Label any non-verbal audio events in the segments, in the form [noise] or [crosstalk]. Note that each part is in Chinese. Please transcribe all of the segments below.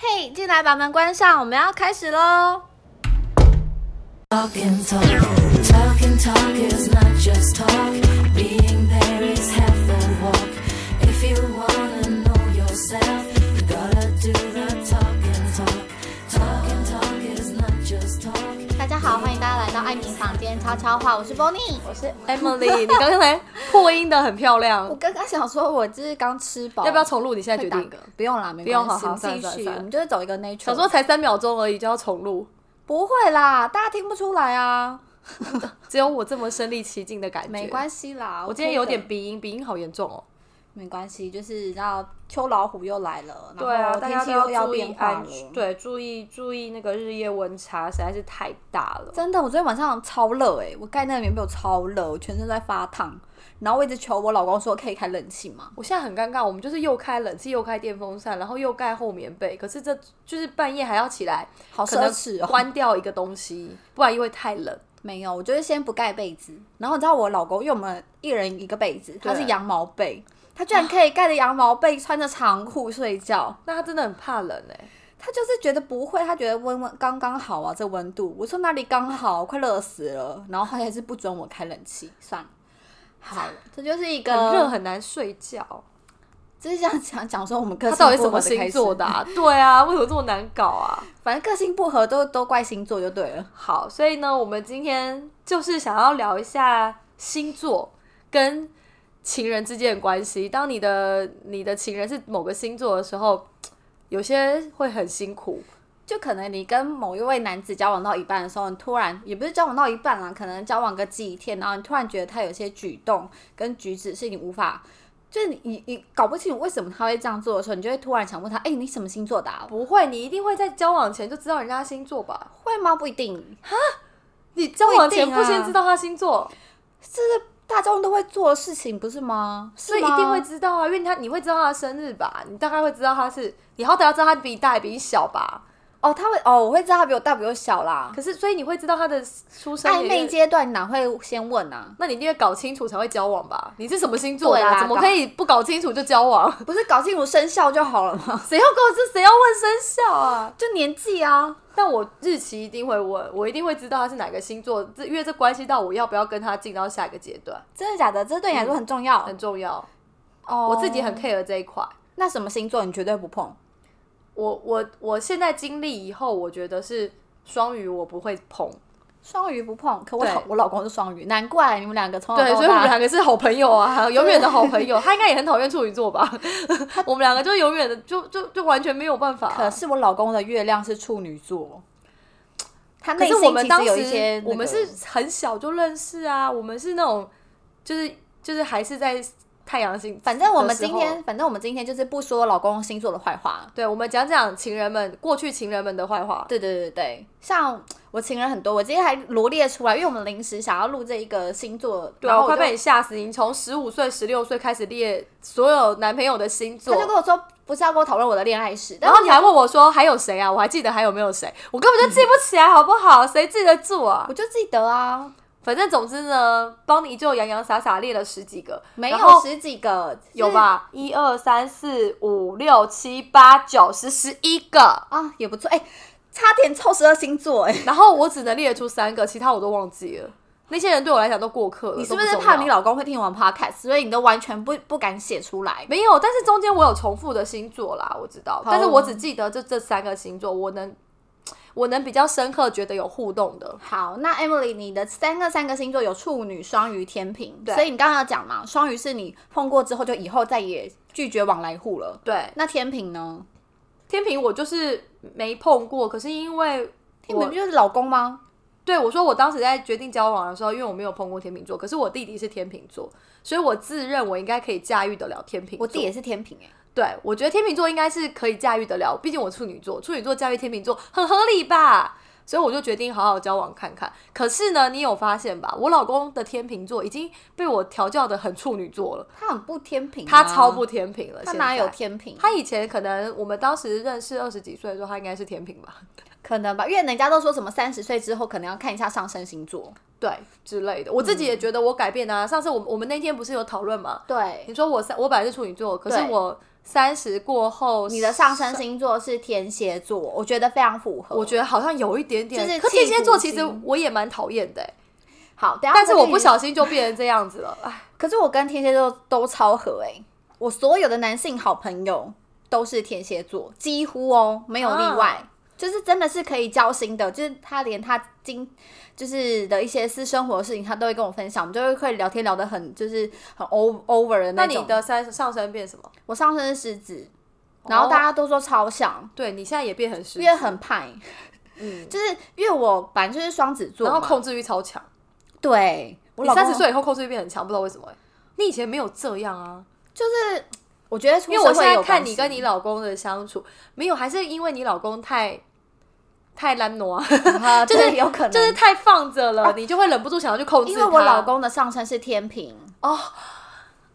哎进来，把门关上，我们要开始喽。 Talking, talk, talking, talk is not just talk. Being there is half the walk. If you wanna know yourself, you gotta do the talking, talk. Talking, talk is not just talk. 大家好，欢迎大家来到爱民房间悄悄话，我是 Bonnie，我是 Emily，你刚才破音的很漂亮 [laughs] 我，刚刚想说，我就是刚吃饱，要不要重录？你现在会决打定嗝？不用啦，没不用关系，好好我们算了继续，算了我们就是走一个 nature。想说才三秒钟而已就要重录，不会啦，大家听不出来啊，只有我这么身临其境的感觉。没关系，系啦。我今天有点鼻音，鼻音好严重哦。没关系，就是然后秋老虎又来了，对然啊，后大天家气都又要注意变化安了，全，。对，注意注意那个日夜温差实在是太大了。真的，我昨天晚上超热哎、我盖那个棉被我超热，我全身都在发烫，然后我一直求我老公说可以开冷气吗？我现在很尴尬，我们就是又开冷气，又开电风扇，然后又盖厚棉被，可是这就是半夜还要起来，好可奢能侈哦、关掉一个东西，不然因为太冷。没有，我就是先不盖被子。然后你知道我老公，因为我们一人一个被子，他对是羊毛被，他居然可以盖着羊毛被，穿着长裤睡觉。那他真的很怕冷哎、他就是觉得不会，他觉得温温刚刚好啊，这温度。我说哪里刚好，快热死了。然后他还是不准我开冷气，算了。 [laughs] 好了，这就是一个很热，很难睡觉。就是想讲讲说我们个他性到底什不合么的开星始座的、啊？ [laughs] 对啊，为什么这么难搞啊？反正个性不合都都怪星座就对了。好，所以呢，我们今天就是想要聊一下星座跟情人之间的关系。当你的你的情人是某个星座的时候，有些会很辛苦。就可能你跟某一位男子交往到一半的时候，你突然也不是交往到一半啦，可能交往个几天，然后你突然觉得他有些举动跟举止是你无法，就是你你你搞不清楚为什么他会这样做的时候，你就会突然想问他，哎、你什么星座的、啊？不会，你一定会在交往前就知道人家星座吧？会吗？不一定，你交往前不一定啊不先知道他星座，大众都会做的事情，不是吗？所以是吗一定会知道啊，因为他你会知道他的生日吧？你大概会知道他是，你好歹要知道他比你大也比你小吧？哦，他会哦，我会知道他比我大比我小啦。可是所以你会知道他的出生暧年昧月阶段哪会先问啊？那你一定要搞清楚才会交往吧？你是什么星座对的、啦啊？怎么可以不搞清楚就交往？ [laughs] 不是搞清楚生肖就好了吗？谁要跟我这谁要问生肖啊？就年纪啊，但我日期一定会问，我一定会知道他是哪个星座，这因为这关系到我要不要跟他进到下一个阶段，真的假的？这对你来说很重要。很重要。哦我自己很 care 这一块。那什么星座你绝对不碰？我我我现在经历以后，我觉得是双鱼，我不会碰。双鱼不碰，可我对老我老公是双鱼，难怪你们两个从小对，到所以我们大两个是好朋友 [laughs] 啊，永远的好朋友。他应该也很讨厌处女座吧？ [laughs] 我们两个就永远的，就就就完全没有办法啊、可是我老公的月亮是处女座，他可内是心我们其当实时有一些那个、我们是很小就认识啊，我们是那种就是就是还是在太阳星，反正我们今天，反正我们今天就是不说老公星座的坏话。对我们讲讲情人们过去情人们的坏话，对对对对，像我情人很多，我今天还罗列出来，因为我们临时想要录这一个星座，对然啊，后我快我就被你吓死！你从十五岁、十六岁开始列所有男朋友的星座他就，跟我说不是要跟我讨论我的恋爱史，但然是后你还问我说还有谁啊？我还记得还有没有谁？我根本就记不起来，好不好？谁记得住啊我？就记得啊，反正总之呢，邦尼就洋洋洒洒列了十几个，没然后有十几个，有是吧？一二三四五六七八九十十一个，啊，也不错，哎、差点凑十二星座、哎。然后我只能列出三个，其他我都忘记了。那些人对我来讲都过客了。 [laughs] 你是都不不是重怕要你？老公会听完 podcast，所以你都完全不不敢写出来？没有，但是中间我有重复的星座啦，我知道，好但是我只记得这这三个星座，我能我能比较深刻觉得有互动的。好，那 Emily，你的三个三个星座有处女、双鱼、天平，对所以你刚刚有讲嘛，双鱼是你碰过之后就以后再也拒绝往来户了。对，那天平呢？天平我就是没碰过，可是因为天我平不就是老公吗？对我说，我当时在决定交往的时候，因为我没有碰过天秤座，可是我弟弟是天秤座，所以我自认我应该可以驾驭得了天秤座。我弟也是天平哎、对，我觉得天秤座应该是可以驾驭得了，毕竟我处女座，处女座驾驭天秤座很合理吧？所以我就决定好好交往看看。可是呢，你有发现吧？我老公的天秤座已经被我调教的很处女座了，他很不天啊平、他超不，天平了。啊他现哪有在？天平？他以前可能我们当时认识二十几岁的时候，他应该是天平吧？可能吧，因为人家都说什么三十岁之后可能要看一下上升星座。对，之类的。我自己嗯也觉得我改变啊。上次我们我们那天不是有讨论吗？对，你说我三，我本来是处女座，可是对我三十过后，你的上升星座是天蝎座，我觉得非常符合。我觉得好像有一点点，就是可天蝎座其气实骨精我也蛮讨厌的欸、好，等一下但是再我跟不你小心就变成这样子了，哎，可是我跟天蝎座都超合诶、我所有的男性好朋友都是天蝎座，几乎哦，没有啊例外，就是真的是可以交心的，就是他连他今就是的一些私生活的事情，他都会跟我分享，我们就会会聊天聊得很就是很 o- over 的那种。你的三上升变什么？我上身是狮子，然后大哦家都说超像，对你现在也变很狮因为子，很派，嗯， [laughs] 就是因为我本来就是双子座然嘛，后控制欲超强。对，我你老公三十岁以后控制欲变很强，不知道为什么、欸。你以前没有这样啊，就是我觉得出因为我社现会在有看关你系跟你老公的相处，没有，还是因为你老公太太懒惰啊， [laughs] 啊就对是有可 [laughs] 能就是太放着了，你就会忍不住想要去控制因他。为我老公的上身是天平，哦，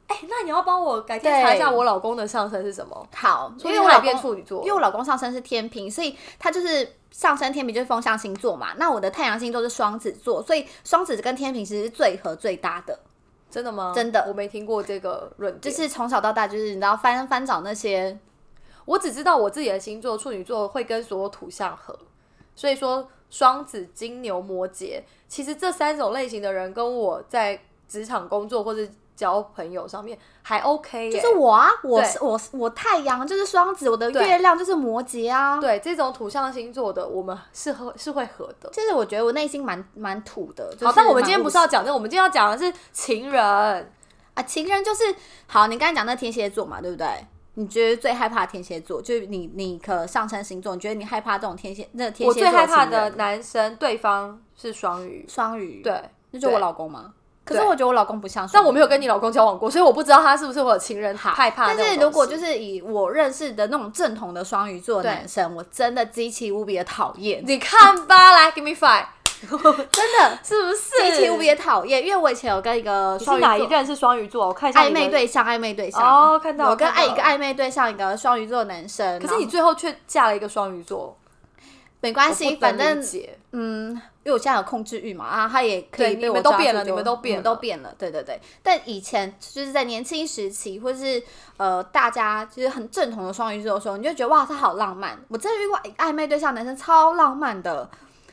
哎、那你要帮我改天查一下对我老公的上身是什么？好，说不因为定他我也老变公，处女座了，因为我老公上身是天平，所以他就是上升天平就是风象星座嘛。那我的太阳星座是双子座，所以双子跟天平其实是最合最搭的。真的吗？真的我没听过这个论就点。是从小到大，就是你知道翻翻找那些我只知道我自己的星座处女座会跟所有土象合，所以说双子、金牛、摩羯，其实这三种类型的人跟我在职场工作或是交朋友上面还 OK 耶、就是我啊，我对是我是我太阳就是双子，我的对月亮就是摩羯啊。，对这种土象星座的，我们是合是会合的。就是我觉得我内心蛮蛮土的。就是、好，但我们今天不是要讲这个，我们今天要讲的是情人。啊，情人就是好，你刚才讲那天蝎座嘛，对不对？你觉得最害怕天蝎座，就是你你可上升星座，你觉得你害怕这种天蝎那天我蝎座最害怕情人的男生对方是双鱼，双鱼，，对，那就是我对老公嘛。可是对我觉得我老公不像双鱼，但我没有跟你老公交往过，所以我不知道他是不是会有情人好害怕那但种东西。是如果就是以我认识的那种正统的双鱼座的对男生，我真的极其无比的讨 [laughs] 厌，你看吧，来 give me five，真的是不是？极其无比的讨厌。因为我以前有跟一个你是双鱼哪一座任是双鱼座？我看一下暧你的昧。对象，暧昧对象哦看到我跟看到爱一个暧昧对象，一个双鱼座的男生。可然是你后最后却嫁了一个双鱼座，没我关不系，能反正理解嗯，因为我现在有控制欲嘛，啊，他也可对以被你我们都抓住变了就你们都我变了都变了，对对对。但以前就是在年轻时期，或是呃，大家就是很正统的双鱼座的时候，你就觉得哇，他好浪漫。我真的遇过暧昧对象，男生超浪漫的，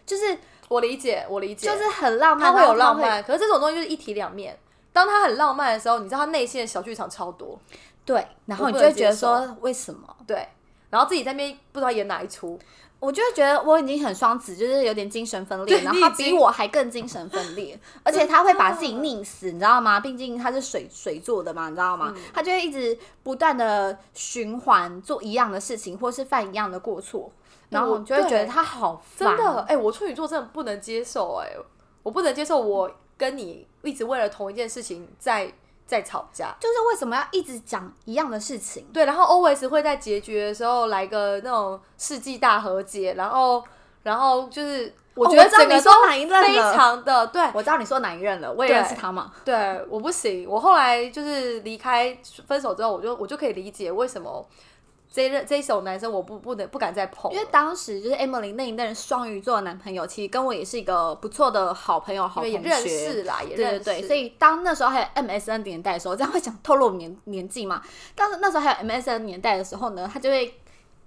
就是我理解，我理解，就是很浪漫，他会然有后浪漫，可是这种东西就是一体两面。当他很浪漫的时候，你知道他内心的小剧场超多，对，然后我你不就会能接觉得受说为什么？对，然后自己在那边不知道演哪一出，我就会觉得我已经很双子，就是有点精神分裂，对然后你他已比经我还更精神 [laughs] 分裂，而且他会把自己溺死，你知道吗？毕竟他是水水做的嘛，你知道嗯吗？他就会一直不断的循环做一样的事情，或是犯一样的过错，然后哎我你就会觉得对他好真烦，的，哎、我处女座真的不能接受、哎，我不能接受我跟你一直为了同一件事情在在吵架，就是为什么要一直讲一样的事情？对，然后 always 会在结局的时候来个那种世纪大和解，然后然后就是我觉哦我得知道整个你都说哪一任非了常的对。我知道你说哪一任了，我也认识对他嘛。对，我不行。我后来就是离开分手之后，我就我就可以理解为什么这一任这一首男生我不不能不敢再碰了，因为当时就是 Emily 那一任双鱼座的男朋友，其实跟我也是一个不错的好朋友、好因同为学，也认识啦，也认对识。对对，所以当那时候还有 MSN 年代的时候，这样会讲透露我们年年纪嘛？当时那时候还有 MSN 年代的时候呢，他就会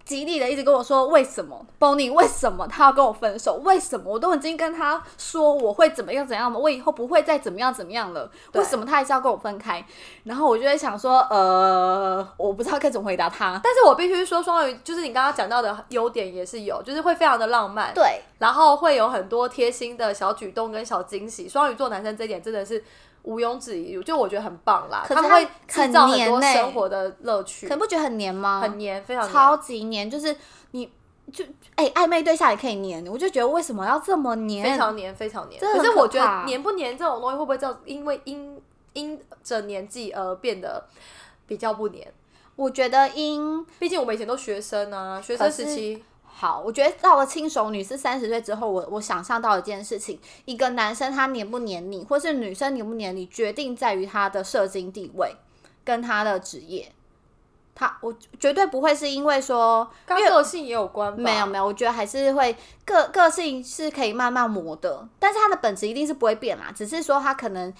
极力的一直跟我说为什么 Bonnie 为什么他要跟我分手？为什么我都已经跟他说我会怎么样怎样了，我以后不会再怎么样怎么样了，对为什么他还是要跟我分开？然后我就会想说，呃，我不知道该怎么回答他。但是我必须说，双鱼就是你刚刚讲到的优点也是有，就是会非常的浪漫，对，然后会有很多贴心的小举动跟小惊喜。双鱼座男生这一点真的是毋庸置疑，就我觉得很棒啦，可他是们他会制造很很黏多欸生活的乐趣，可能不觉得很黏啊吗？很黏，非常黏超级黏，就是你就哎、暧昧对象也可以黏，我就觉得为什么要这么黏？非常黏，非常黏。真的可很是我可觉怕得黏不黏这种东西，会不会造因为因因着年纪而变得比较不黏？我觉得因毕竟我们以前都学生啊，学生时可是期好，我觉得到了轻熟女是三十岁之后，我我想象到一件事情：一个男生他黏不黏你，或是女生黏不黏你，决定在于他的社经地位跟他的职业。他我绝对不会是因为说跟个性也有关吧。没有没有，我觉得还是会个个性是可以慢慢磨的，但是他的本质一定是不会变啦，只是说他可能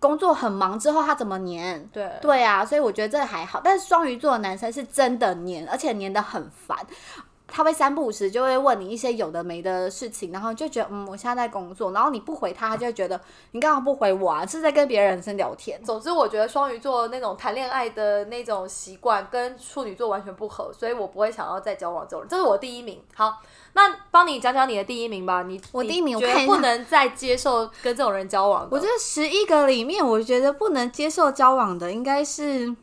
工作很忙之后他怎么黏？对对啊，所以我觉得这还好。但是双鱼座的男生是真的黏，而且黏得很烦。他会三不五时就会问你一些有的没的事情，然后就觉得嗯，我现在在工作，然后你不回他，他就会觉得嗯你干嘛不回我啊？是在跟别人生聊天。总之，我觉得双鱼座那种谈恋爱的那种习惯跟处女座完全不合，所以我不会想要再交往这种人。这是我第一名。好，那帮你讲讲你的第一名吧。你我你第一名我觉得看一下不能再接受跟这种人交往的。我觉得十一个里面，我觉得不能接受交往的应该是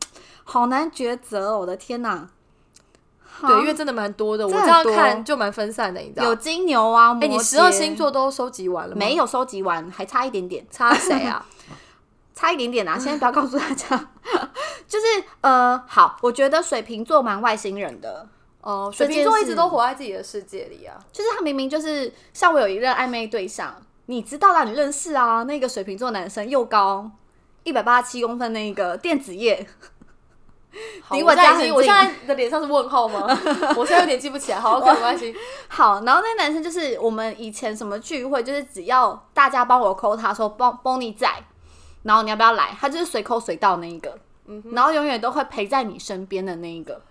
好难抉择哦，我的天哪！对，哈因为真的蛮多的，我这很这样多看就蛮分散的，你知道。有金牛啊，哎，摩你羯十二星座都收集完了吗？没，有收集完，还差一点点，差谁 [laughs] 啊？差一点点啊！现在不要告诉大家， [laughs] 就是呃，好，我觉得水瓶座蛮外星人的，哦，水瓶座一直都活在自己的世界里啊。就是他明明就是像我有一任暧昧对象，你知道啦，你认识啊，那个水瓶座男生又高一百八十七公分，那个电子业，好离我我现在家已很经我现近在的脸上是问号吗？我现在有点记不起来。 [laughs] 好，OK，没关系。好，然后那男生就是我们以前什么聚会，就是只要大家帮我扣他说帮 Bonnie 在，然后你要不要来，他就是随口随到那一个，然后永远都会陪在你身边的那一个。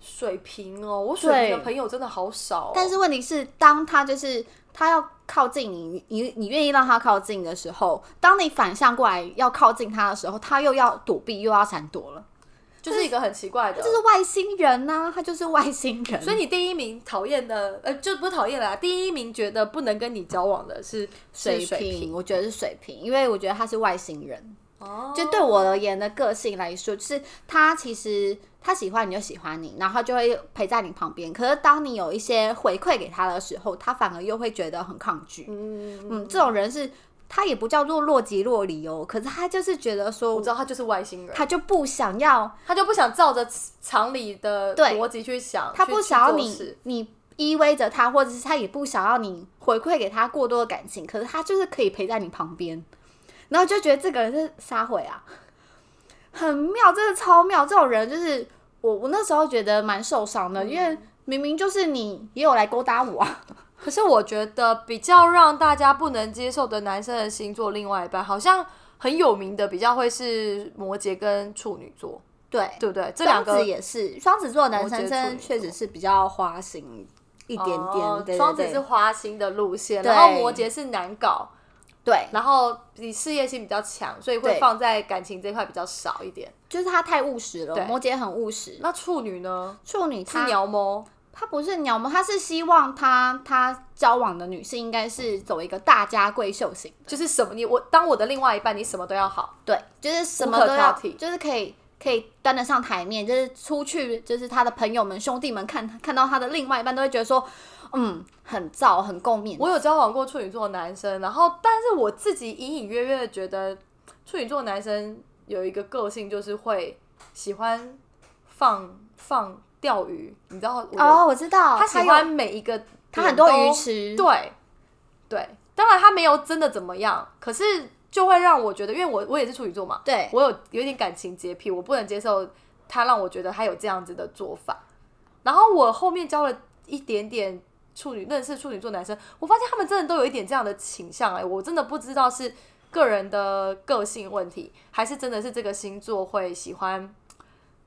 水瓶哦，我水瓶的对朋友真的好少、哦。但是问题是，当他就是他要靠近你，你你你愿意让他靠近的时候，当你反向过来要靠近他的时候，他又要躲避，又要闪躲了。就是一个很奇怪的，这是外星人呐、他就是外星人。所以你第一名讨厌的，呃，就不是讨厌啦，第一名觉得不能跟你交往的是是水水瓶，我觉得是水瓶，因为我觉得他是外星人。哦，就对我而言的个性来说，就是他其实他喜欢你就喜欢你，然后他就会陪在你旁边。可是当你有一些回馈给他的时候，他反而又会觉得很抗拒。嗯，嗯，这种人是他也不叫做若即若离哦，可是他就是觉得我说知，道他就是外星人，他就不想要，他就不想照着常理的对逻辑去想，他去不想要去做你事你依偎着他，或者是他也不想要你回馈给他过多的感情，可是他就是可以陪在你旁边，然后就觉得这个人是撒谎啊，很妙，真的超妙。这种人就是我，我那时候觉得蛮受伤的，因为嗯明明就是你也有来勾搭我啊，可是我觉得比较让大家不能接受的男生的星座，另外一半好像很有名的比较会是摩羯跟处女座，对。 [laughs] 对不对？这两双个子也是，双子座的男摩羯生处真女的确座实是比较花心一点点，哦对对双子对是花心的路线，对然后摩羯是难搞，对，然后你事业心比较强，所以会对放在感情这块比较少一点。就是他太务实对了，摩羯很务实。那处女呢？处女是她鸟猫，她不是鸟吗？她是希望她她交往的女性应该是走一个大家闺秀型，就是什么？你我当我的另外一半，你什么都要好。对，就是什无么可都要挑剔，就是可以可以端得上台面，就是出去，就是她的朋友们兄弟们看看到她的另外一半都会觉得说，嗯，很燥，很够面子。我有交往过处女座的男生，然后但是我自己隐隐约约的觉得，处女座的男生有一个个性，就是会喜欢放放钓鱼，你知道我的？哦，我知道，他喜她有欢每一个，她很多鱼。池，对，对，当然他没有真的怎么样，可是就会让我觉得，因为我我也是处女座嘛，对我有有点感情洁癖，我不能接受他让我觉得他有这样子的做法。然后我后面交了一点点处女，认识处女座男生，我发现他们真的都有一点这样的倾向、哎，我真的不知道是个人的个性问题，还是真的是这个星座会喜欢。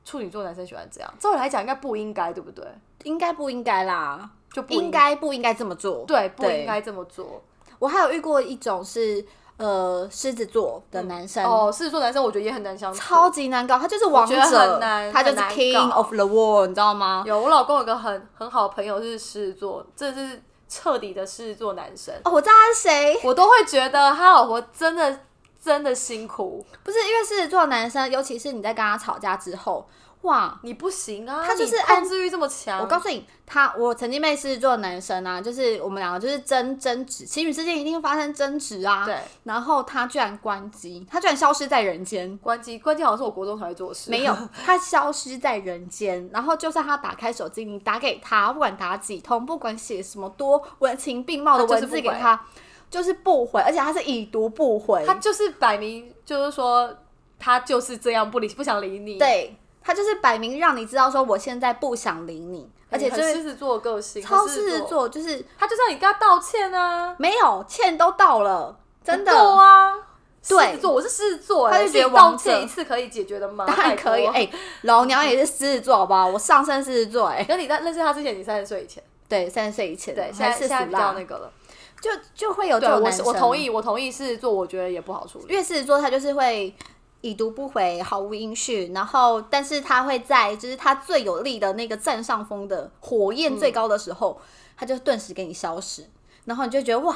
处女座男生喜欢这样，照理来讲应该不应该，对不对？应该不应该啦？就不应该不应该这么做？对，不对应该这么做。我还有遇过一种是呃狮子座的男生，哦，狮子座男生我觉得也很难相处。超级难搞，他就是王我觉得者很难，他就是很难 King 搞 of the world，你知道吗？有我老公有个很很好的朋友是狮子座，这是彻底的狮子座男生，哦，我知道他是谁，我都会觉得他老婆真的真的辛苦，不是因为狮子座的男生，尤其是你在跟他吵架之后，哇！你不行啊，他就是你按控制欲这么强。我告诉你，他我曾经被狮子座的男生啊，就是我们两个就是争争执，情侣之间一定会发生争执啊。对，然后他居然关机，他居然消失在人间。关机关机好像是我国中才会做的事， [laughs] 没有，他消失在人间。然后就算他打开手机，你打给他，不管打几通，不管写什么多文情并茂的他就是文字不给回他，就是不回，而且他是已读不 [laughs] 回。他就是摆明就是说他就是这样不理不想理你，，哎对他就是摆明让你知道说我现在不想理你，而且就狮是子座的个性，超很狮子，座，就是他就让你跟他道歉啊， [laughs] 没有欠都到了，真的。很逗啊，狮对子座，我是狮子座欸，他就自觉得己道王歉者一次可以解决的吗？当然可以，拜托哎、老娘也是狮子座，好不好？我上升狮子座、哎，可你在认识他之前，你三十岁以前，对，三十岁以前，对，现哦还在是现在死比较啦那，个了。就就会有这对，种我男是生。我同意，我同意狮子座，我觉得也不好处理。因为狮子座他就是会已读不回，毫无音讯，然后但是他会在就是他最有力的那个占上风的火焰最高的时候，他就顿时给你消失，然后你就觉得哇，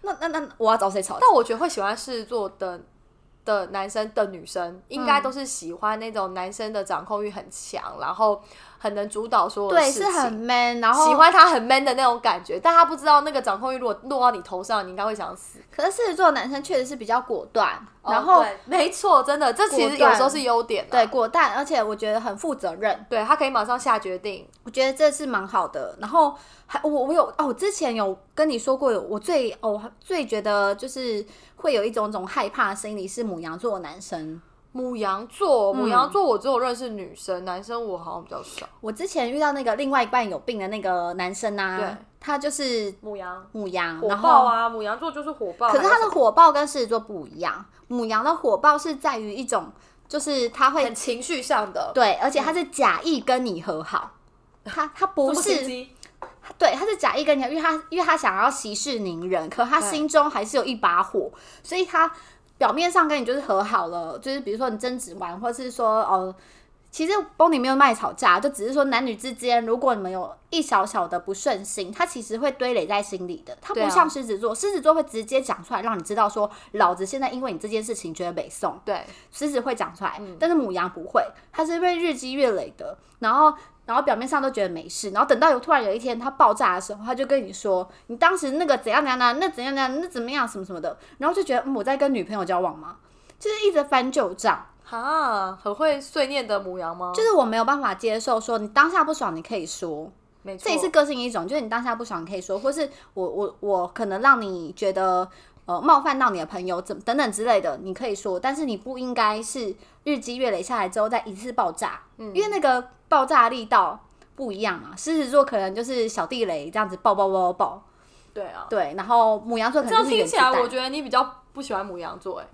那那那我要找谁吵架？但我觉得会喜欢狮子座的的男生的女生，应嗯该都是喜欢那种男生的掌控欲很强，然后很能主导所有的对，事情，是很 man，然后喜。欢他很 man 的那种感觉。但他不知道那个掌控欲如果落到你头上，你应该会想死。可是狮子座的男生确实是比较果断，然哦后对没错，真的，这其实果断有时候是优点、啊。对果断，而且我觉得很负责任，对，他可以马上下决定。我觉得这是蛮好的。然后还我我有哦，我之前有跟你说过，有我最哦我最觉得就是会有一种种害怕的心理是母羊座的男生。母羊座，母嗯羊座我只有认识女生，男生我好像比较少。我之前遇到那个另外一半有病的那个男生啊，对他就是母羊母羊，火然爆后、啊，母羊座就是火爆。可是还有他什的么火爆跟狮子座不一样，母羊的火爆是在于一种就是他会很情绪上的，嗯对，而且他是假意跟你和好。他他不这么心是机对，他是假意跟你和，因为他因为他想要息事宁人，可他对心中还是有一把火，所以他表面上跟你就是和好了，就是比如说你争执完，或是说哦，其实 Bonnie 没有骂你吵架，就只是说男女之间，如果你们有一小小的不顺心，他其实会堆垒在心里的。他对啊不像狮子座，狮、子座会直接讲出来，让你知道说老子现在因为你这件事情觉得北宋，对，狮子会讲出来，但是母羊不会，它是会日积月累的。然后，然后表面上都觉得没事，然后等到有突然有一天它爆炸的时候，他就跟你说，你当时那个怎样怎样怎样，那怎样怎样，那怎么样什么什么的，然后就觉得、嗯、我在跟女朋友交往吗？就是一直翻旧账，哈，很会碎念的母羊吗？就是我没有办法接受说你当下不爽你可以说，没错，这也是个性一种，就是你当下不爽可以说，或是我我我可能让你觉得呃冒犯到你的朋友，怎等等之类的，你可以说，但是你不应该是日积月累下来之后再一次爆炸，嗯因为那个爆炸力道不一样嘛。狮子座可能就是小地雷这样子爆爆爆爆爆，对啊。对，然后母羊座可这能样就是听原起子来，弹。我觉得你比较不喜欢母羊座哎。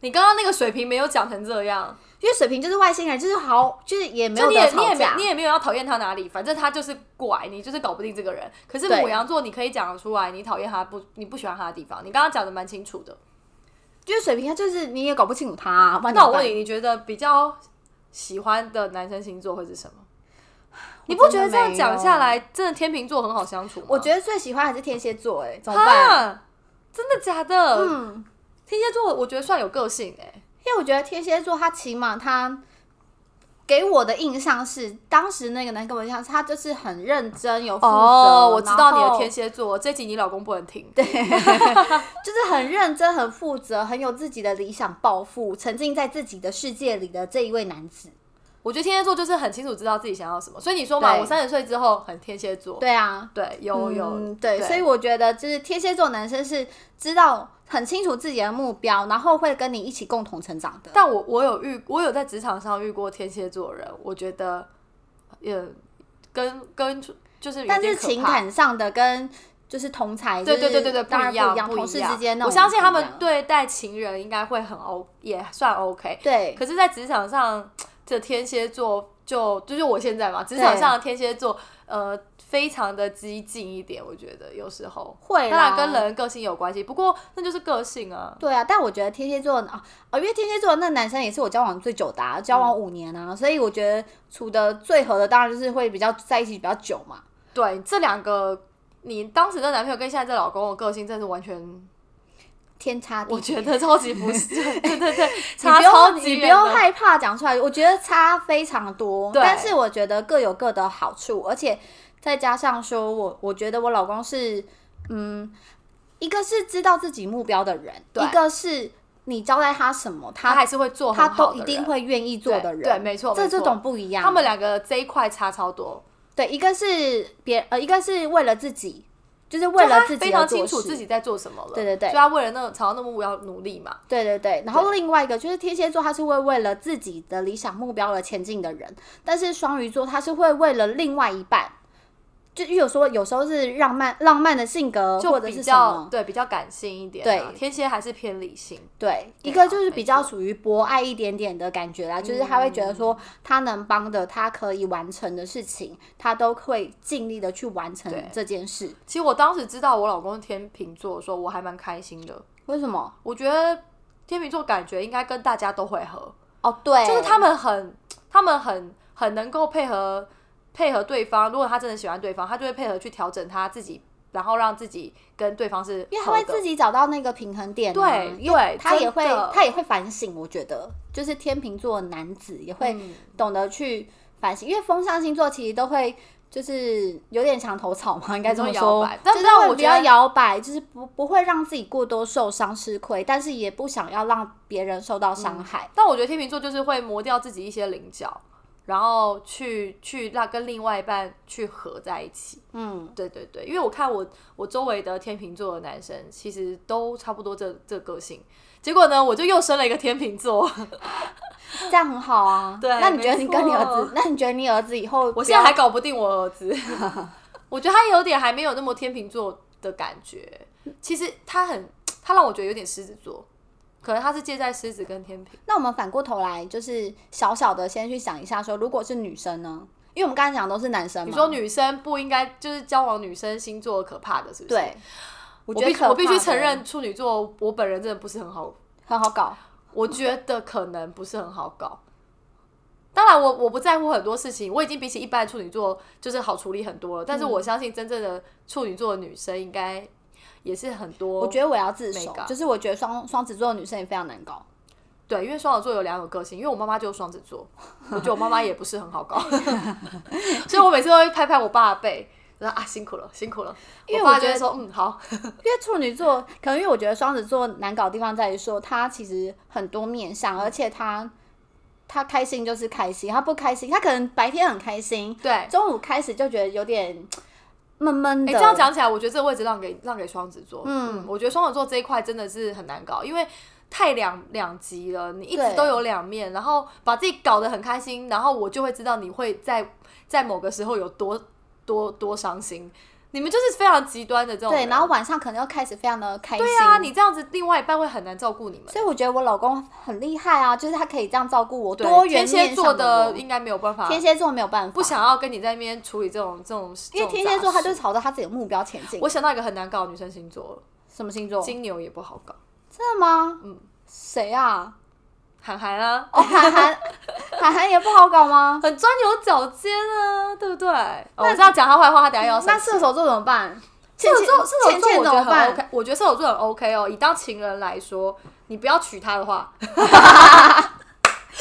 你刚刚那个水平没有讲成这样，因为水瓶就是外星人，就是好，就是也没就有你也得你也吵没架你。也没有要讨厌他哪里，反正他就是怪你，就是搞不定这个人。可是对母羊座，你可以讲得出来，你讨厌他不，你不喜欢他的地方，你刚刚讲的蛮清楚的。就是水瓶，他就是你也搞不清楚他、啊。不然那怎我么办问你，你觉得比较喜欢的男生星座会是什么？你不真觉的得这样没讲有下来，真的天秤座很好相处吗？我觉得最喜欢还是天蝎座、哎，怎么办？啊，真的假的？嗯，天蝎座我觉得算有个性哎、因为我觉得天蝎座他起码他给我的印象是，当时那个男跟我印象是他就是很认真有负责，哦我知道你的天蝎蝎座，这集你老公不能听。对，就是很认真、很负责、很有自己的理想抱负，沉浸在自己的世界里的这一位男子。我觉得天蝎座就是很清楚知道自己想要什么，所以你说嘛，对我三十岁之后很天蝎座。对啊，对，有有、嗯对，所以我觉得就是天蝎座男生是知道很清楚自己的目标，然后会跟你一起共同成长的。但我我有遇，我有在职场上遇过天蝎座的人，我觉得也跟跟就是有但点是可情怕感上的跟就是同才，对对就是对对对，当然一样，一样，不同事之间那我种相信不他一们样对待情人应该会很 O，也算 OK。对可是，在职场上的天蝎座就，就是我现在嘛，职场上的天蝎座，呃，非常的激进一点，我觉得有时候会当然啦跟人个性有关系，不过那就是个性啊。对啊，但我觉得天蝎座的啊哦，因为天蝎座的那男生也是我交往最久的、啊，交嗯往五年啊，所以我觉得处的最合的当然就是会比较在一起比较久嘛。对，这两个，你当时的男朋友跟现在这老公的个性，真是完全，天差地我别，觉得超级不 [laughs] 是，对对对，你差不超用级你不远用的害怕讲出来，我觉得差非常多。对但是我觉得各有各的好处，而且再加上说我我觉得我老公是嗯，一个是知道自己目标的人，对一个是你交代他什么，他还他是会做他很好都的一定人会愿意做的人。对对没错这没这错种不一样。他们两个这一块差超多，对，一个是别呃，一个是为了自己，就是为就他了自己非常而做清楚事自己。在做什么了。对对对所以他为了那种朝那个目标努力嘛。对对对，然后另外一个就是天蝎座，他是会为了自己的理想目标而前进的人，但是双鱼座他是会为了另外一半就有时候有时候是浪漫浪漫的性格，就或者比是什较么？对比较感性一点、啊，对天蝎还是偏理性，对，对一个啊就是比没较错属于博爱一点点的感觉啦，就是他会觉得说他能帮的、他可以完成的事情，他都会尽力的去完成对这件事。其实我当时知道我老公是天秤座的时候，我还蛮开心的。为什么？我觉得天秤座感觉应该跟大家都会合，哦，对，就是他们很，他们很很能够配合配合对方。如果他真的喜欢对方，他就会配合去调整他自己，然后让自己跟对方是因为他合会的自己找到那个平衡点、啊，对因为对他也真会的他也会反省，我觉得就是天秤座的男子也会嗯懂得去反省，因为风象星座其实都会。就是有点墙头草 [laughs] 嘛，应该这么你说说摇摆。但就是但会我比觉较得摇摆，就是不不会让自己过多受伤吃亏，但是也不想要让别人受到伤害。但我觉得天秤座就是会磨掉自己一些棱角，然后去去让跟另外一半去合在一起。嗯，对对对，因为我看我我周围的天秤座的男生，其实都差不多这这个性。结果呢，我就又生了一个天秤 [laughs] 座，这样很好啊。 [laughs] 对那你觉得没你跟你儿错子？那你觉得你儿子以后不要？我现在还搞不定我儿 [laughs] 子。我觉得他有点还没有那么天秤座的感觉，其实他很，他让我觉得有点狮子座，可能他是介在狮子跟天平。那我们反过头来，就是小小的先去想一下说如果是女生呢？因为我们刚才讲的都是男生嘛。你说女生不应该就是交往女生星座可怕的，是不是？对，我我觉得必可我必怕须的承认，处女座我本人真的不是很好，很好搞。我觉得可能不是很好搞。当然我，我不在乎很多事情，我已经比起一般的处女座就是好处理很多了。但是我嗯相信，真正的处女座的女生应该也是很多。我觉得我要自没首搞，就是我觉得双双子座的女生也非常难搞。对，因为双子座有两种个性，因为我妈妈就是双子座，我觉得我妈妈也不是很 [laughs] 好搞，所以我每次都会拍拍我爸的背，然后啊辛苦了，辛苦了。因为我爸我就觉会得说嗯好，因为处女座，可能因为我觉得双子座难搞的地方在于说，他其实很多面嗯相，而且他他开心就是开心，他不开心，他可能白天很开心，对，中午开始就觉得有点闷闷哎、的。这样讲起来，我觉得这个位置让给让给双子座。嗯嗯，我觉得双子座这一块真的是很难搞，因为太两两极了，你一直对都有两面，然后把自己搞得很开心，然后我就会知道你会在在某个时候有多多多伤心。你们就是非常极端的这种对，人然后晚上可能又开始非常的开心。对啊，你这样子，另外一半会很难照顾你们。所以我觉得我老公很厉害啊，就是他可以这样照顾我，对多天元蝎面座向的啊我应该没有办法，天蝎座没有办法，不想要跟你在那边处理这种这种，这因为种天蝎座杂他事就是朝着他自己的目标前进。我想到一个很难搞的女生星座了，什么星座？真金牛也不好搞，的吗？嗯嗯，谁啊？韩寒啊，哦，韩 [laughs] 寒，韩寒也不好搞吗？很钻牛角尖啊，对不对？哦、我这样讲他坏话，他等下又要那生气。射手座怎么办？射手座，射手倩座倩我怎觉得么很办？ OK，我觉得射手座很 OK 哦。以当情人来说，你不要娶她的 [laughs] 话，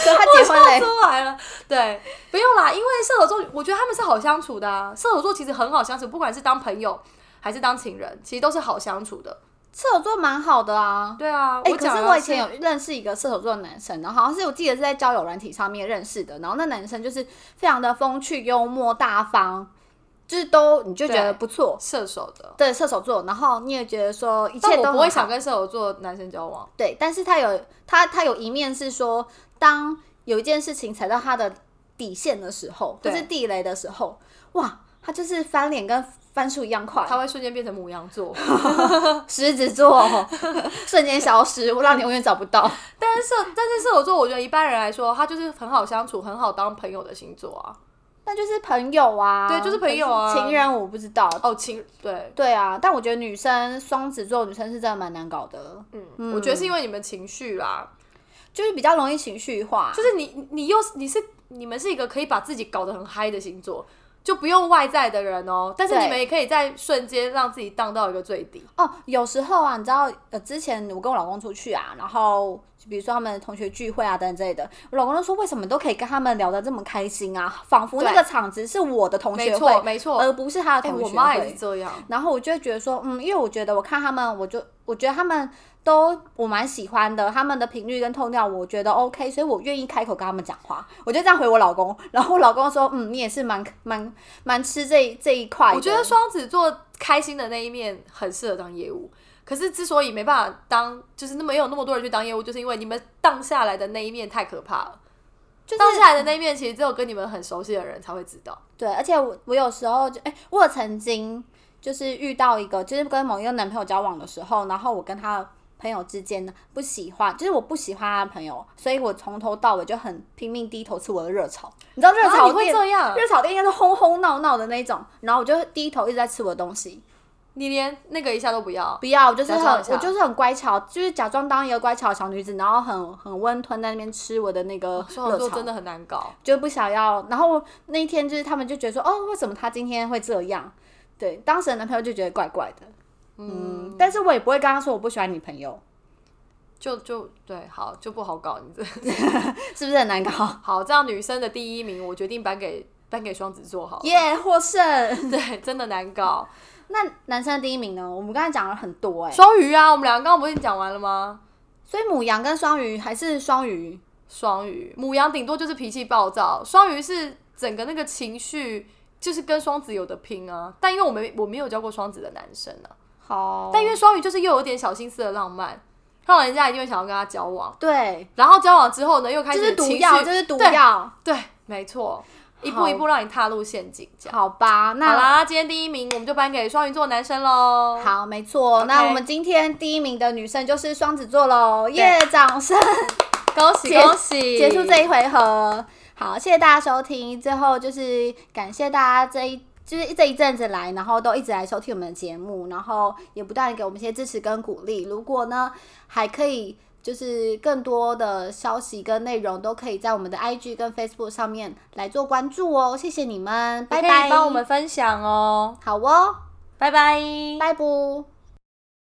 可他结婚嘞，出来了，对，不用啦，因为射手座，我觉得他们是好相处的啊。射手座其实很好相处，不管是当朋友还是当情人，其实都是好相处的。射手座蛮好的啊。对啊，我哎、可讲是的我以前有认识一个射手座的男生，然后好像是我记得是在交友软体上面认识的，然后那男生就是非常的风趣、幽默、大方，就是都你就觉得对不错。射手的，对射手座，然后你也觉得说一但切我都不会很好想跟射手座男生交往。对，但是他有他他有一面是说，当有一件事情踩到他的底线的时候，或对是地雷的时候，哇，他就是翻脸跟翻书一样快，他会瞬间变成母羊座，狮子座瞬间消失，我让你永远找 [laughs] 不到。但是射但是射手座，我觉得一般人来说，他就是很好相处、很好当朋友的星座啊。那就是朋友啊，对就是朋友啊可是情人我不知道。哦，情对，对啊，但我觉得女生双子座女生是真的蛮难搞的，嗯，我觉得是因为你们情绪啦，就是比较容易情绪化。就是你你你又是你是你们是一个可以把自己搞得很嗨的星座，就不用外在的人哦，但是对你们也可以在瞬间让自己荡到一个最低。哦，有时候啊，你知道，呃，之前我跟我老公出去啊，然后比如说他们同学聚会啊等等之类的，我老公就说，为什么都可以跟他们聊得这么开心啊？仿佛那对个场子是我的同没学错会，没错，而不是他的哎、同我学妈也会是。这样。然后我就会觉得说，嗯，因为我觉得我看他们，我就我觉得他们都我蛮喜欢的，他们的频率跟痛调我觉得 OK，所以我愿意开口跟他们讲话。我就这样回我老公，然后我老公说，嗯，你也是蛮蛮蛮吃这一这一块的。我觉得双子座开心的那一面很适合当业务，可是之所以没办法当，就是那么没有那么多人去当业务，就是因为你们荡下来的那一面太可怕了。就是倒下来的那一面，其实只有跟你们很熟悉的人才会知道。对，而且我我有时候就哎、我有曾经就是遇到一个，就是跟某一个男朋友交往的时候，然后我跟他朋友之间呢不喜欢，就是我不喜欢他的朋友，所以我从头到尾就很拼命低头吃我的热炒。你知道热啊炒你会店、这样热炒店应该是轰轰闹闹的那种，然后我就低头一直在吃我的东西，你连那个一下都不要不，要，我就是假很装一下我就是很乖巧，就是假装当一个乖巧的小女子，然后很很温吞在那边吃我的那个双热鱼座炒。真的很难搞。就不想要。然后那一天就是他们就觉得说，哦，为什么他今天会这样？对，当时的男朋友就觉得怪怪的。嗯，但是我也不会跟他说我不喜欢你朋友， [laughs] 就就对，好就不好搞。你这是不是很难搞？好，这样女生的第一名，我决定颁给颁给双子座好了。 [laughs] 耶、获胜！ [laughs] 对，真的难搞。那男生的第一名呢？我们刚才讲了很多哎、双鱼啊，我们两个刚刚不是已经讲完了吗？所以母羊跟双鱼还是双鱼，双鱼、母羊顶多就是脾气暴躁，双鱼是整个那个情绪就是跟双子有的拼啊。但因为我没我没有教过双子的男生啊，哦好但因为双鱼就是又有点小心思的浪漫，让人家一定会想要跟他交往。对，然后交往之后呢，又开这始是毒情绪药，这是毒对药。对，没错，一步一步让你踏入陷阱。这样好吧，好那啦，今天第一名我们就颁给双鱼座男生喽。好，没错。那 OK 我们今天第一名的女生就是双子座喽，耶、掌声！恭喜结恭喜！结束这一回合。好，谢谢大家收听。最后就是感谢大家这一。就是这一阵子来，然后都一直来收听我们的节目，然后也不断地给我们一些支持跟鼓励。如果呢，还可以就是更多的消息跟内容，都可以在我们的 IG 跟 Facebook 上面来做关注哦。谢谢你们，拜也可以拜。帮我们分享哦，好哦，拜拜，拜不。